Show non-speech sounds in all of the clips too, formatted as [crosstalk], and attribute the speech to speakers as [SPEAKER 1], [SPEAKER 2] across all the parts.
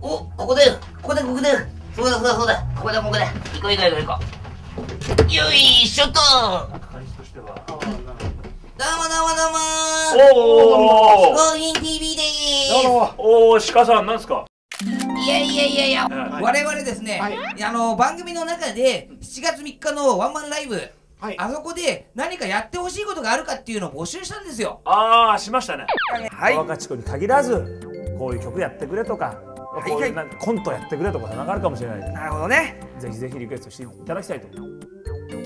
[SPEAKER 1] おここだよここだここだよそうだそうだそうだここだここだ行こう行こう行こう行こうよいしょっと
[SPEAKER 2] 感じとしては。
[SPEAKER 1] どうもどうもどう
[SPEAKER 2] お
[SPEAKER 1] も
[SPEAKER 2] お
[SPEAKER 1] ーゴーイン TV でーす
[SPEAKER 2] おお鹿さんなんですか。
[SPEAKER 1] いやいやいやいや、
[SPEAKER 2] はい
[SPEAKER 1] 我々ですね、あの番組の中で7月3日のワンマンライブ、
[SPEAKER 3] はい
[SPEAKER 1] あそこで何かやってほしいことがあるかっていうのを募集したんですよ。
[SPEAKER 2] ああしましたね。
[SPEAKER 4] はい、若智子に限らずこういう曲やってくれとか、
[SPEAKER 3] い
[SPEAKER 4] こういうなんかコントやってくれとか流るかもしれない
[SPEAKER 3] なるほどね
[SPEAKER 4] ぜひぜひリクエストしていただきたいと思う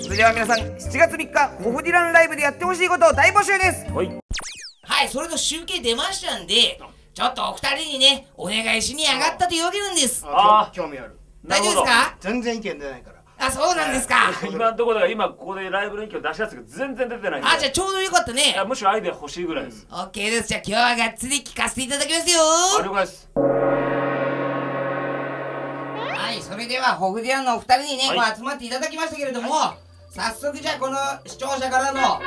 [SPEAKER 3] それでは皆さん7月3日ホフディランライブでやってほしいことを大募集です
[SPEAKER 4] はい
[SPEAKER 1] はい、それの集計出ましたんで、ちょっとお二人にね、お願いしに上がったというわけなんです。
[SPEAKER 2] あ
[SPEAKER 5] あ興味ある
[SPEAKER 2] な
[SPEAKER 1] 大
[SPEAKER 2] るほ
[SPEAKER 1] 丈夫です
[SPEAKER 2] ど。
[SPEAKER 1] か
[SPEAKER 5] 全然意見出ないから
[SPEAKER 1] あ、そうなんですか。
[SPEAKER 2] 今のところだから今ここでライブの影響出したやつが全然出てないんで。
[SPEAKER 1] あ、じゃあちょうどよかった
[SPEAKER 2] いや
[SPEAKER 1] ね。
[SPEAKER 2] むしろアイデア欲しいぐらいです。
[SPEAKER 1] オッケーです。じゃあ今日はがっつり聞かせていただきますよ。
[SPEAKER 2] あ了解です。
[SPEAKER 1] はい、それではホフディアンのお二人にね、
[SPEAKER 2] はい
[SPEAKER 1] こう集まっていただきましたけれども、早速じゃあこの視聴者からの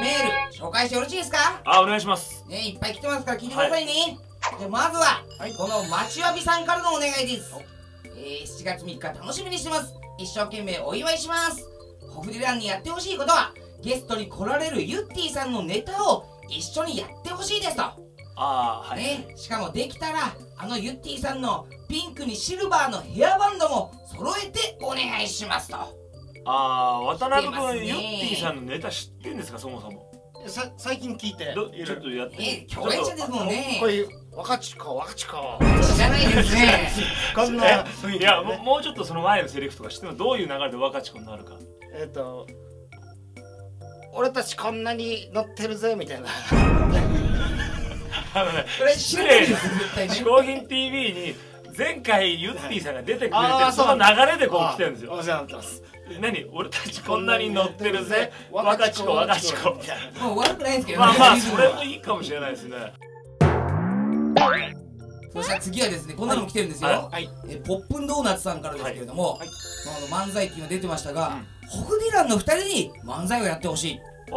[SPEAKER 1] メール紹介してよろしいですか
[SPEAKER 2] あお願いします。
[SPEAKER 1] ね、いっぱい来てますから聞いてくださいね。じゃあまずは、この待ちわびさんからのお願いです。えー、7月3日楽しみにしてます。一生懸命お祝いします。ホフディランにやってほしいことは、ゲストに来られるゆってぃさんのネタを一緒にやってほしいですと。
[SPEAKER 2] ああはい。
[SPEAKER 1] ね、しかもできたらあのゆってぃさんのピンクにシルバーのヘアバンドも揃えてお願いしますと
[SPEAKER 2] ああ渡辺
[SPEAKER 1] 知ってますね
[SPEAKER 2] 君ユッティさんのネタ知ってんですかそもそも。
[SPEAKER 5] さ最近聞いて
[SPEAKER 2] どちょっとやって。
[SPEAKER 1] ね共演者ですもんね
[SPEAKER 5] こういう若ちこ若ち
[SPEAKER 2] [laughs]
[SPEAKER 5] こ
[SPEAKER 1] 知らないですね
[SPEAKER 5] こんな雰囲気
[SPEAKER 2] い
[SPEAKER 5] で
[SPEAKER 2] やも
[SPEAKER 5] ね
[SPEAKER 2] もうちょっとその前のセレクトとか知ってのどういう流れで若智子になるか
[SPEAKER 5] えっと俺たちこんなに乗ってるぜみたいな
[SPEAKER 2] あのね
[SPEAKER 1] これ知らないですよ絶対ね
[SPEAKER 2] 嗜好品 TV に前回ユッティさんが出てくれて
[SPEAKER 5] あー
[SPEAKER 2] その流れでこう来てるんです
[SPEAKER 5] あお
[SPEAKER 2] よ
[SPEAKER 5] 世話になってます
[SPEAKER 2] 何俺たちこんなに乗ってるぜ若智子若
[SPEAKER 5] 若
[SPEAKER 2] 智
[SPEAKER 5] ち
[SPEAKER 2] 子
[SPEAKER 5] こみたいな
[SPEAKER 1] もう悪くないですけどね
[SPEAKER 2] まあまあ
[SPEAKER 1] リズム
[SPEAKER 2] そ
[SPEAKER 1] は
[SPEAKER 2] れもいいかもしれないですね
[SPEAKER 1] そしたら次はですねこんなのも来てるんですよ、
[SPEAKER 2] は
[SPEAKER 5] はい
[SPEAKER 1] えポップンドーナツさんからですけれども、
[SPEAKER 5] はい
[SPEAKER 1] まああの漫才期が出てましたが、ホフディランの2人に漫才をやってほしい
[SPEAKER 2] おー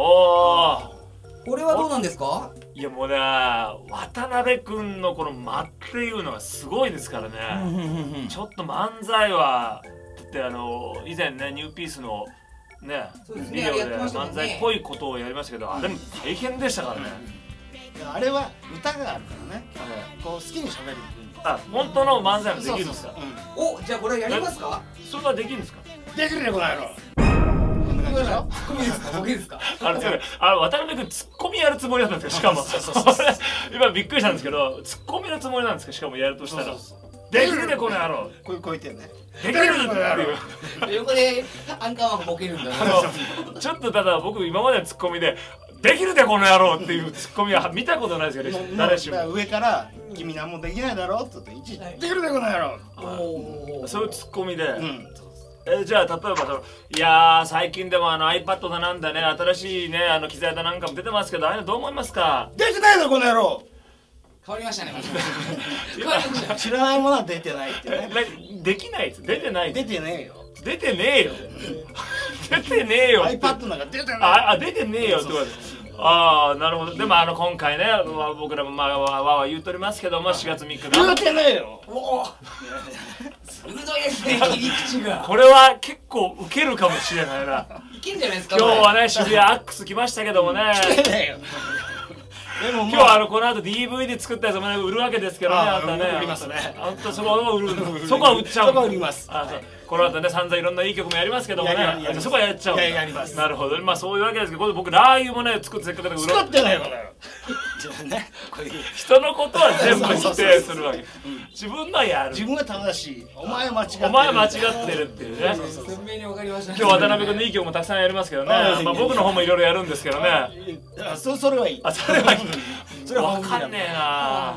[SPEAKER 1] これはどうなんですか
[SPEAKER 2] いやもうね渡辺君のこの間っていうのがすごいですから
[SPEAKER 1] うんう
[SPEAKER 2] ね
[SPEAKER 1] んうんうん
[SPEAKER 2] ちょっと漫才はだってあの以前ねニューピースのね
[SPEAKER 1] そうですね
[SPEAKER 2] ビデオで
[SPEAKER 1] やってましたもんね
[SPEAKER 2] 漫才っぽいことをやりましたけどあれも大変でしたからね
[SPEAKER 5] あれは歌があるからねこう好きに喋る分に
[SPEAKER 2] あ本当の漫才もできるんですか
[SPEAKER 5] そうそう
[SPEAKER 1] おじゃあこれやりますか
[SPEAKER 2] それはできるんですか
[SPEAKER 5] うんできるねこの野郎こんな感じでしょ
[SPEAKER 1] ツッコミですかボケですか
[SPEAKER 2] あれ、違うあの渡辺君ツッコミやるつもりだったんですかしかも [laughs] 今びっくりしたんですけどツッコミのつもりなんですかしかもやるとしたらできるねこの野郎
[SPEAKER 5] こういうこう言ってんね
[SPEAKER 2] できるっていう
[SPEAKER 1] [laughs] 横でアンカーマンボケるんだ
[SPEAKER 2] あのちょっとただ僕今までのツッコミで「できるでこの野郎」っていうツッコミは見たことないですけど
[SPEAKER 5] もう
[SPEAKER 2] 誰し
[SPEAKER 5] だから
[SPEAKER 2] も
[SPEAKER 5] 上から「君何もできないだろ」って言っていちいち
[SPEAKER 1] はい
[SPEAKER 5] 「できるねこの野郎」
[SPEAKER 1] お
[SPEAKER 2] そういうツッコミで、
[SPEAKER 5] うんそう
[SPEAKER 2] えじゃあ例えばその「いやー最近でもあの iPad だなんだね新しいねあの機材だなんかも出てますけどああいうのどう思いますか?
[SPEAKER 5] できないぞこの野郎
[SPEAKER 1] 変わり
[SPEAKER 2] [laughs]
[SPEAKER 1] ましたね
[SPEAKER 2] 今」
[SPEAKER 5] 知らないものは出てないってね
[SPEAKER 2] なできないです出てない
[SPEAKER 5] 出
[SPEAKER 2] で
[SPEAKER 5] てねえよ
[SPEAKER 2] す出てねえよ出てねえよって
[SPEAKER 5] iPad なんか出てない
[SPEAKER 2] ああ出てねえよってことですああなるほどでもあの今回ねわ僕らもまあわわわ言うとりますけども4月3日
[SPEAKER 5] 言
[SPEAKER 2] だ
[SPEAKER 5] うてねえよ
[SPEAKER 1] おお
[SPEAKER 2] [laughs]
[SPEAKER 1] 鋭いですね切り口が
[SPEAKER 2] これは結構ウケるかもしれない
[SPEAKER 5] [laughs]
[SPEAKER 2] ない
[SPEAKER 1] けんじゃないですか
[SPEAKER 2] 今日はね渋谷アックス来ましたけども
[SPEAKER 5] [laughs]
[SPEAKER 2] ね
[SPEAKER 5] 出てねえよでも
[SPEAKER 2] 今日は
[SPEAKER 5] ま
[SPEAKER 2] あ
[SPEAKER 5] あ
[SPEAKER 2] のこの後 DVD 作ったやつもね売るわけですけどね
[SPEAKER 5] ああ
[SPEAKER 2] あんたね
[SPEAKER 5] 売りますね
[SPEAKER 2] あんたそこは売る
[SPEAKER 5] [laughs] 売る
[SPEAKER 2] そこは売っちゃう
[SPEAKER 5] そこは売ります
[SPEAKER 2] あそうこの後ね散々いろんないい曲もやりますけどもね
[SPEAKER 5] やりやりやります
[SPEAKER 2] そこはやっちゃうんだ
[SPEAKER 5] いややります
[SPEAKER 2] なるほどねまあそういうわけですけどこれ僕ラー油もね作ってせっかくだから売ろう
[SPEAKER 5] 作ってないよこの野郎じゃあねこういう
[SPEAKER 2] 人のことは全部否定するわけ
[SPEAKER 5] そう
[SPEAKER 2] 自分のはやる
[SPEAKER 5] 自分は正しいお前は間違ってる
[SPEAKER 2] お前は間違ってるっていうね
[SPEAKER 1] 鮮明に分かりまし
[SPEAKER 2] 今
[SPEAKER 1] た
[SPEAKER 2] 日渡辺君のいい曲もたくさんやりますけどね、
[SPEAKER 5] ああ
[SPEAKER 2] まあ、僕の方もいろいろやるんですけどね
[SPEAKER 5] あそそれはいい
[SPEAKER 2] あそれはいい
[SPEAKER 5] それは
[SPEAKER 2] わ
[SPEAKER 5] 本気
[SPEAKER 2] かんねえな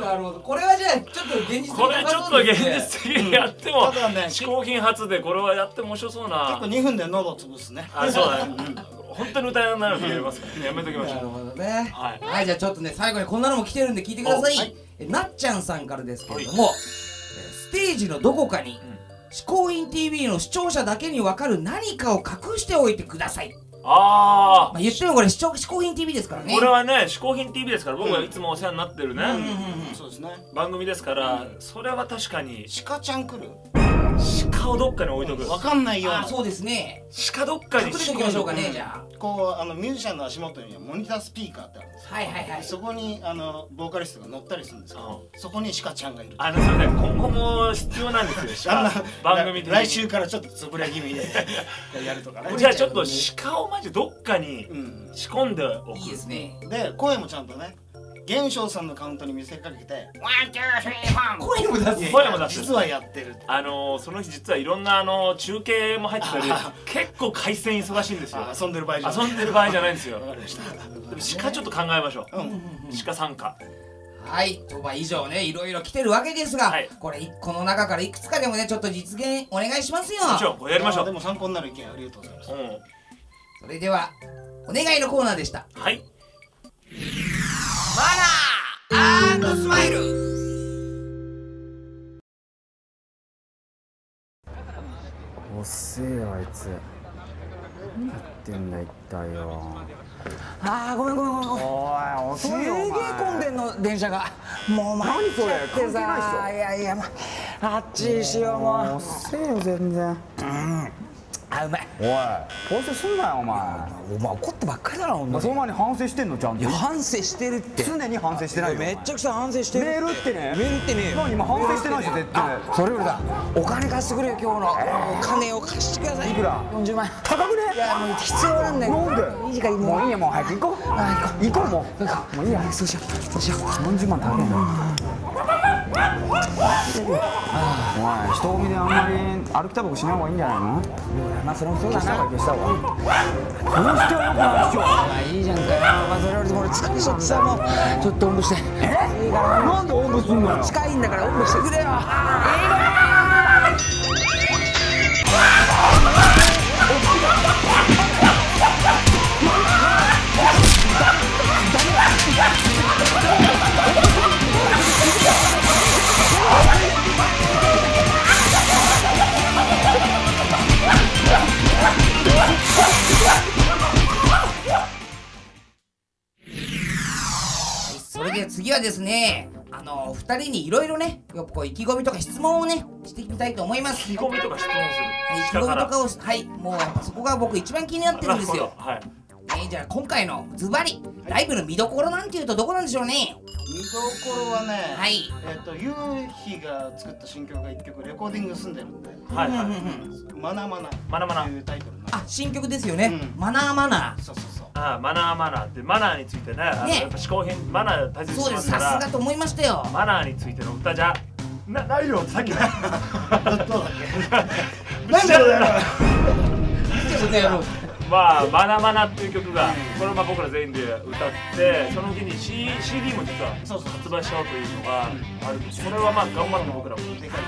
[SPEAKER 1] なるほどこれはじゃあちょっと現実的な
[SPEAKER 2] これちょっと現実的にやっても
[SPEAKER 5] ただね
[SPEAKER 2] 嗜好品初でこれはやっても面白そう
[SPEAKER 5] 結
[SPEAKER 2] な
[SPEAKER 5] 構2分で喉潰すね
[SPEAKER 2] あそうだね本当に歌えなくなる時やりますからねやめときまし
[SPEAKER 1] な
[SPEAKER 2] ょ
[SPEAKER 1] る
[SPEAKER 2] う
[SPEAKER 1] ほどね
[SPEAKER 2] はい
[SPEAKER 1] はいじゃあちょっとね最後にこんなのも来てるんで聞いてくださ
[SPEAKER 2] おはい
[SPEAKER 1] えなっちゃんさんからですけれどもえステージのどこかに
[SPEAKER 2] ん
[SPEAKER 1] 「嗜好品 TV」の視聴者だけに分かる何かを隠しておいてください
[SPEAKER 2] あ
[SPEAKER 1] まあ言ってもこれ視聴嗜好品 TV ですから
[SPEAKER 2] あ
[SPEAKER 1] ね
[SPEAKER 2] これはね嗜好品 TV ですから僕はいつもお世話になってるね、
[SPEAKER 1] うんうんうん
[SPEAKER 5] そうですねね
[SPEAKER 2] 番組ですから、それは確かに
[SPEAKER 5] 鹿ちゃん来る
[SPEAKER 2] 鹿をどっかに置いとく
[SPEAKER 5] わかんないよう
[SPEAKER 1] あ
[SPEAKER 5] な
[SPEAKER 1] ーそうですね
[SPEAKER 2] 鹿どっかに
[SPEAKER 1] 隠れておきましょうかねじゃ
[SPEAKER 5] こうあのミュージシャンの足元にはモニタースピーカーってあるんですよ
[SPEAKER 1] あはいはいはい
[SPEAKER 5] そこにあのボーカリストが乗ったりするんですけどそこに鹿ちゃんがいる
[SPEAKER 2] あのすみません今後も必要なんですよ
[SPEAKER 5] あんな
[SPEAKER 2] 鹿番組的に
[SPEAKER 5] 来週からちょっと潰れ気味
[SPEAKER 2] [laughs]
[SPEAKER 5] でやるとかね
[SPEAKER 2] じゃあちょっと鹿をマジどっかに
[SPEAKER 5] うん
[SPEAKER 2] 仕込んでおく
[SPEAKER 1] いいですね
[SPEAKER 5] で声もちゃんとね源証さんのカウントに見せかけて
[SPEAKER 1] 声も出す
[SPEAKER 2] 声も出す
[SPEAKER 5] 実はやってる
[SPEAKER 2] あのーその日実はいろんなあのー中継も入ってたり
[SPEAKER 5] あ
[SPEAKER 2] 結構回線忙しいんですよ
[SPEAKER 5] あ遊んでる場合じゃない
[SPEAKER 2] 遊んでる場合じゃないんですよ
[SPEAKER 5] わかりました
[SPEAKER 2] でも鹿ちょっと考えましょう、
[SPEAKER 5] うん
[SPEAKER 2] 鹿参加
[SPEAKER 1] はい、とまあ以上ね、いろいろ来てるわけですが、
[SPEAKER 2] はい
[SPEAKER 1] これ一個の中からいくつかでもね、ちょっと実現お願いしますよ。
[SPEAKER 2] もちろんこれやりましょ
[SPEAKER 5] あーで
[SPEAKER 2] う、
[SPEAKER 5] も参考になる意見ありがとうございます
[SPEAKER 2] う
[SPEAKER 1] それでは、お願いのコーナーでした。
[SPEAKER 2] ん、はい
[SPEAKER 1] マナーアンドスマイル。
[SPEAKER 6] 遅えよあいつ何やってんだ一体よ
[SPEAKER 7] あーごめんごめんごめんごめん
[SPEAKER 4] おい
[SPEAKER 7] す
[SPEAKER 4] 遅
[SPEAKER 7] げ
[SPEAKER 4] い
[SPEAKER 7] え
[SPEAKER 4] よお前
[SPEAKER 7] 混んでんの電車がもう参っちゃ
[SPEAKER 4] 何それ
[SPEAKER 7] って
[SPEAKER 4] 関係
[SPEAKER 7] さ
[SPEAKER 4] ない
[SPEAKER 7] やいやもうあっちにしようもう
[SPEAKER 6] 遅えよ全然
[SPEAKER 7] あうまい
[SPEAKER 6] おい反省すんなよお前
[SPEAKER 7] お前怒ってばっかりだなほ
[SPEAKER 6] お
[SPEAKER 7] ん
[SPEAKER 6] 前
[SPEAKER 7] と
[SPEAKER 6] そ
[SPEAKER 7] に
[SPEAKER 6] の前に反省してんのちゃん
[SPEAKER 7] い
[SPEAKER 6] と
[SPEAKER 7] や反省してるって
[SPEAKER 6] 常に反省してないよお
[SPEAKER 7] め
[SPEAKER 6] 前
[SPEAKER 7] っちゃくちゃ反省してる
[SPEAKER 6] メールってね
[SPEAKER 7] メールってねえよ
[SPEAKER 6] 何今反省してないし絶対
[SPEAKER 7] あそれよりだお金貸してくれよ今日のお金を貸してください
[SPEAKER 6] いくら
[SPEAKER 7] 40万円
[SPEAKER 6] 高くね
[SPEAKER 7] いやもう必要なんだよ
[SPEAKER 6] なんで
[SPEAKER 7] いい時間
[SPEAKER 6] もういい
[SPEAKER 7] よ
[SPEAKER 6] やもう早く行こう
[SPEAKER 7] あ
[SPEAKER 6] 行こうも
[SPEAKER 7] なんか
[SPEAKER 6] うもういいや
[SPEAKER 7] そうしようそうしよう
[SPEAKER 6] 40万高いなお前人混みであんまり歩きタバコしない方がいいんじゃないの
[SPEAKER 7] まあそれもそう
[SPEAKER 6] 消
[SPEAKER 7] だ
[SPEAKER 6] した方
[SPEAKER 7] な
[SPEAKER 6] がいい消した方がいいどうしてよくないっしょ
[SPEAKER 7] まあいいじゃんかよまあそれよりも俺疲れちゃってさもうちょっとおんぶしていいから
[SPEAKER 6] なんでおんぶすんのよ
[SPEAKER 7] 近いんだからおんぶしてくれよ
[SPEAKER 1] それで次はですね、あの、お二人にいろいろね、よくこう意気込みとか質問をね、してみたいと思います。
[SPEAKER 2] 意気込みとか質問
[SPEAKER 1] はい意
[SPEAKER 2] す
[SPEAKER 1] 気
[SPEAKER 2] る鹿
[SPEAKER 1] 込み
[SPEAKER 2] から
[SPEAKER 1] とかをし、はい、もうやっぱそこが僕一番気になってるんですよ。
[SPEAKER 2] なる
[SPEAKER 1] えー、じゃあ今回のズバリ、ライブの見どころなんていうとどこなんでしょう
[SPEAKER 5] 見
[SPEAKER 1] ね。
[SPEAKER 5] どころはね、
[SPEAKER 1] はい
[SPEAKER 5] えっとゆうひが作った新曲が一曲レコーディング済んでるんで
[SPEAKER 2] ほどはいはいはい、
[SPEAKER 5] 「マナマナ」
[SPEAKER 2] マナマナ
[SPEAKER 5] というタイトルの
[SPEAKER 1] あ、新曲ですよね。
[SPEAKER 5] うん
[SPEAKER 1] マナーマナー。
[SPEAKER 5] そうそうそう
[SPEAKER 2] ああマナーマナーってマナーについてねあの
[SPEAKER 1] ね
[SPEAKER 2] やっぱ思考編マナー大切に
[SPEAKER 1] そう
[SPEAKER 2] し
[SPEAKER 1] で、
[SPEAKER 2] ますすか
[SPEAKER 1] さす
[SPEAKER 2] ら
[SPEAKER 1] がと思いましたよ。
[SPEAKER 2] マナーについての歌じゃなないよさっきの [laughs]
[SPEAKER 5] どうだっけ
[SPEAKER 2] なんでだよ
[SPEAKER 1] は
[SPEAKER 2] まあ「マナマナ」っていう曲がこれをまあ僕ら全員で歌ってその日に C CD も実は
[SPEAKER 5] そうそう
[SPEAKER 2] 発売しようというのがあるんですこれはまあ頑張って僕らもや
[SPEAKER 5] でかい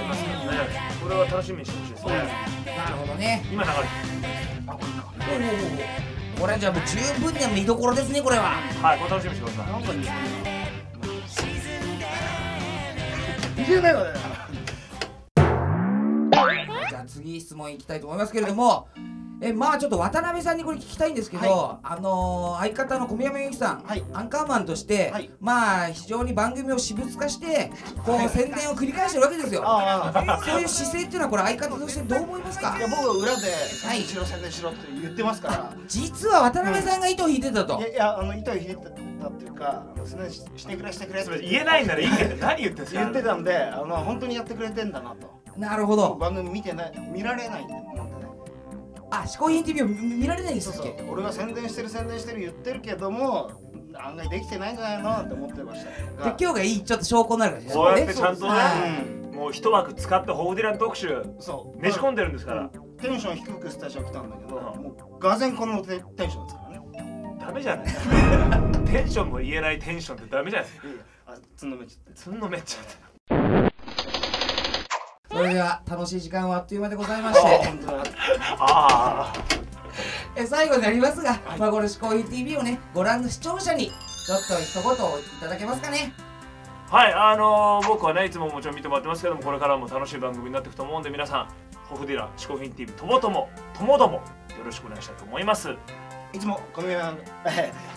[SPEAKER 2] りますからねこれは楽しみにしてほしいですね
[SPEAKER 1] なるほどね。
[SPEAKER 2] 今流れて
[SPEAKER 1] これはじゃあもう十分な見どころですね、これは。
[SPEAKER 2] るはいこれ楽しみにしてください
[SPEAKER 5] 20年後だよ
[SPEAKER 1] じゃあ次質問いきたいと思いますけれども、えまあちょっと渡辺さんにこれ聞きたいんですけど、
[SPEAKER 5] は
[SPEAKER 1] あのー相方の小宮山由紀さん、
[SPEAKER 5] はい
[SPEAKER 1] アンカーマンとして、
[SPEAKER 5] はい
[SPEAKER 1] まあ非常に番組を私物化して、こ
[SPEAKER 5] は
[SPEAKER 1] う
[SPEAKER 5] い
[SPEAKER 1] 宣伝を繰り返してるわけですよ。
[SPEAKER 5] ああ
[SPEAKER 1] そういう姿勢っていうのはこれ相方としてどう思いますか
[SPEAKER 5] いや僕は裏で宣伝
[SPEAKER 1] い
[SPEAKER 5] しろ宣伝しろって言ってますか
[SPEAKER 1] 実は渡辺さんが糸を引いてたと。
[SPEAKER 5] らいやいやあの糸を引いてたっていうかあの宣伝ししてくれしてくれっ
[SPEAKER 2] そ
[SPEAKER 5] て
[SPEAKER 2] れ言えないならいいけど何言ってんすか
[SPEAKER 5] 言ってたんであの本当にやってくれてんだなと
[SPEAKER 1] なるほど。
[SPEAKER 5] 番組見てない見られないんでなんでね
[SPEAKER 1] あ、嗜好品 TV を見見られないんです
[SPEAKER 5] そう
[SPEAKER 1] っけ
[SPEAKER 5] そう俺が宣伝してる宣伝してる言ってるけども案外できてないんじゃないのって思ってました
[SPEAKER 1] で
[SPEAKER 5] が
[SPEAKER 1] 今日がいいちょっと証拠になるからね
[SPEAKER 2] こうやってちゃんと
[SPEAKER 1] は
[SPEAKER 2] ねもう一枠使ってホーディラン特集
[SPEAKER 5] そう
[SPEAKER 2] ねじ込んでるんですから
[SPEAKER 5] テンション低くスタジオ来たんだけど、
[SPEAKER 2] うん
[SPEAKER 5] もうがぜんこのテテンションですからね
[SPEAKER 2] ダメじゃない [laughs] テンションも言えないテンションってダメじゃないですか
[SPEAKER 5] いやいやあつんのめちゃって
[SPEAKER 2] つんのめっちゃって
[SPEAKER 1] それでは楽しい時間はあっという間でございまして
[SPEAKER 5] 本当だ
[SPEAKER 2] ああ
[SPEAKER 1] え最後になりますが「まごろしこい TV」をねご覧の視聴者にちょっと一言いただけますかね
[SPEAKER 2] はいあのー僕はねいつももちろん見てもらってますけどもこれからも楽しい番組になっていくと思うんで皆さんホフディラ嗜好品 TV ともともともどもよろしくお願いしたいと思います
[SPEAKER 5] [laughs] いつも小宮山が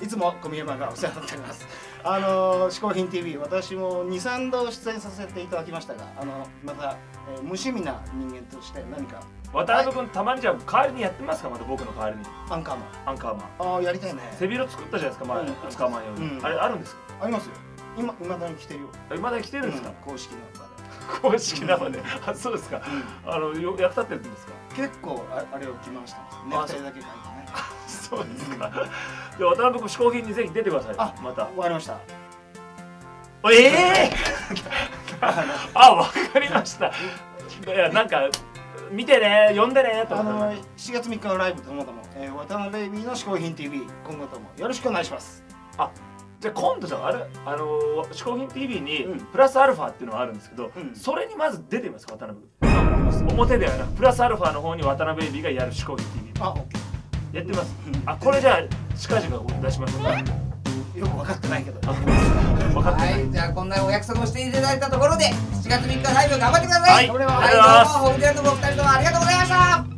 [SPEAKER 5] いつも小宮山がお世話になっておりますあの嗜好品 TV 私も23度出演させていただきましたがあのまた、えー無趣味な人間として何か
[SPEAKER 2] 渡辺君たまにじゃあ代わりにやってますかまた僕の代わりに
[SPEAKER 5] アンカーマン
[SPEAKER 2] アンカーマン
[SPEAKER 5] ああやりたいね
[SPEAKER 2] 背広作ったじゃないですか前、
[SPEAKER 5] うん
[SPEAKER 2] アンカーマン用に、
[SPEAKER 5] うん
[SPEAKER 2] あれあるんですか
[SPEAKER 5] ありますよ今いまだに来てるよ
[SPEAKER 2] えまだ来てるんですか
[SPEAKER 5] うん、公式の場で
[SPEAKER 2] 公式なので、あそうですか、あのよ役立ってるんですか
[SPEAKER 5] 結構ああれを着ましたね
[SPEAKER 2] あ
[SPEAKER 5] 二人だけ書いてね
[SPEAKER 2] そうですか、で渡辺君試行品にぜひ出てください
[SPEAKER 5] あ
[SPEAKER 2] また
[SPEAKER 5] 終わりました
[SPEAKER 2] ええあわかりましたいやなんか見てね読んでねと
[SPEAKER 5] あ
[SPEAKER 2] 思った
[SPEAKER 5] の7月3日のライブともども、えー、渡辺ベイビーの嗜好品 TV 今後ともよろしくお願いします
[SPEAKER 2] じゃあ今度じゃああれあのー「嗜好品 TV」に
[SPEAKER 5] うん
[SPEAKER 2] プラスアルファっていうのがあるんですけど、
[SPEAKER 5] うん
[SPEAKER 2] それにまず出てみますか渡辺君表ではなくプラスアルファの方に渡辺ベイビーがやる「嗜好品 TV
[SPEAKER 5] あ、オッケ」
[SPEAKER 2] やってみます、
[SPEAKER 5] うん
[SPEAKER 2] あこれじゃあ近々出しましょうか
[SPEAKER 5] ーよく分かってないけど
[SPEAKER 2] 分かって
[SPEAKER 1] は
[SPEAKER 2] ない
[SPEAKER 1] い、じゃあこんなお約束をしていただいたところで、7月3日ライブ頑張ってください。
[SPEAKER 2] はい
[SPEAKER 1] はい、どうも、ホブテラのお二人ともありがとうございました。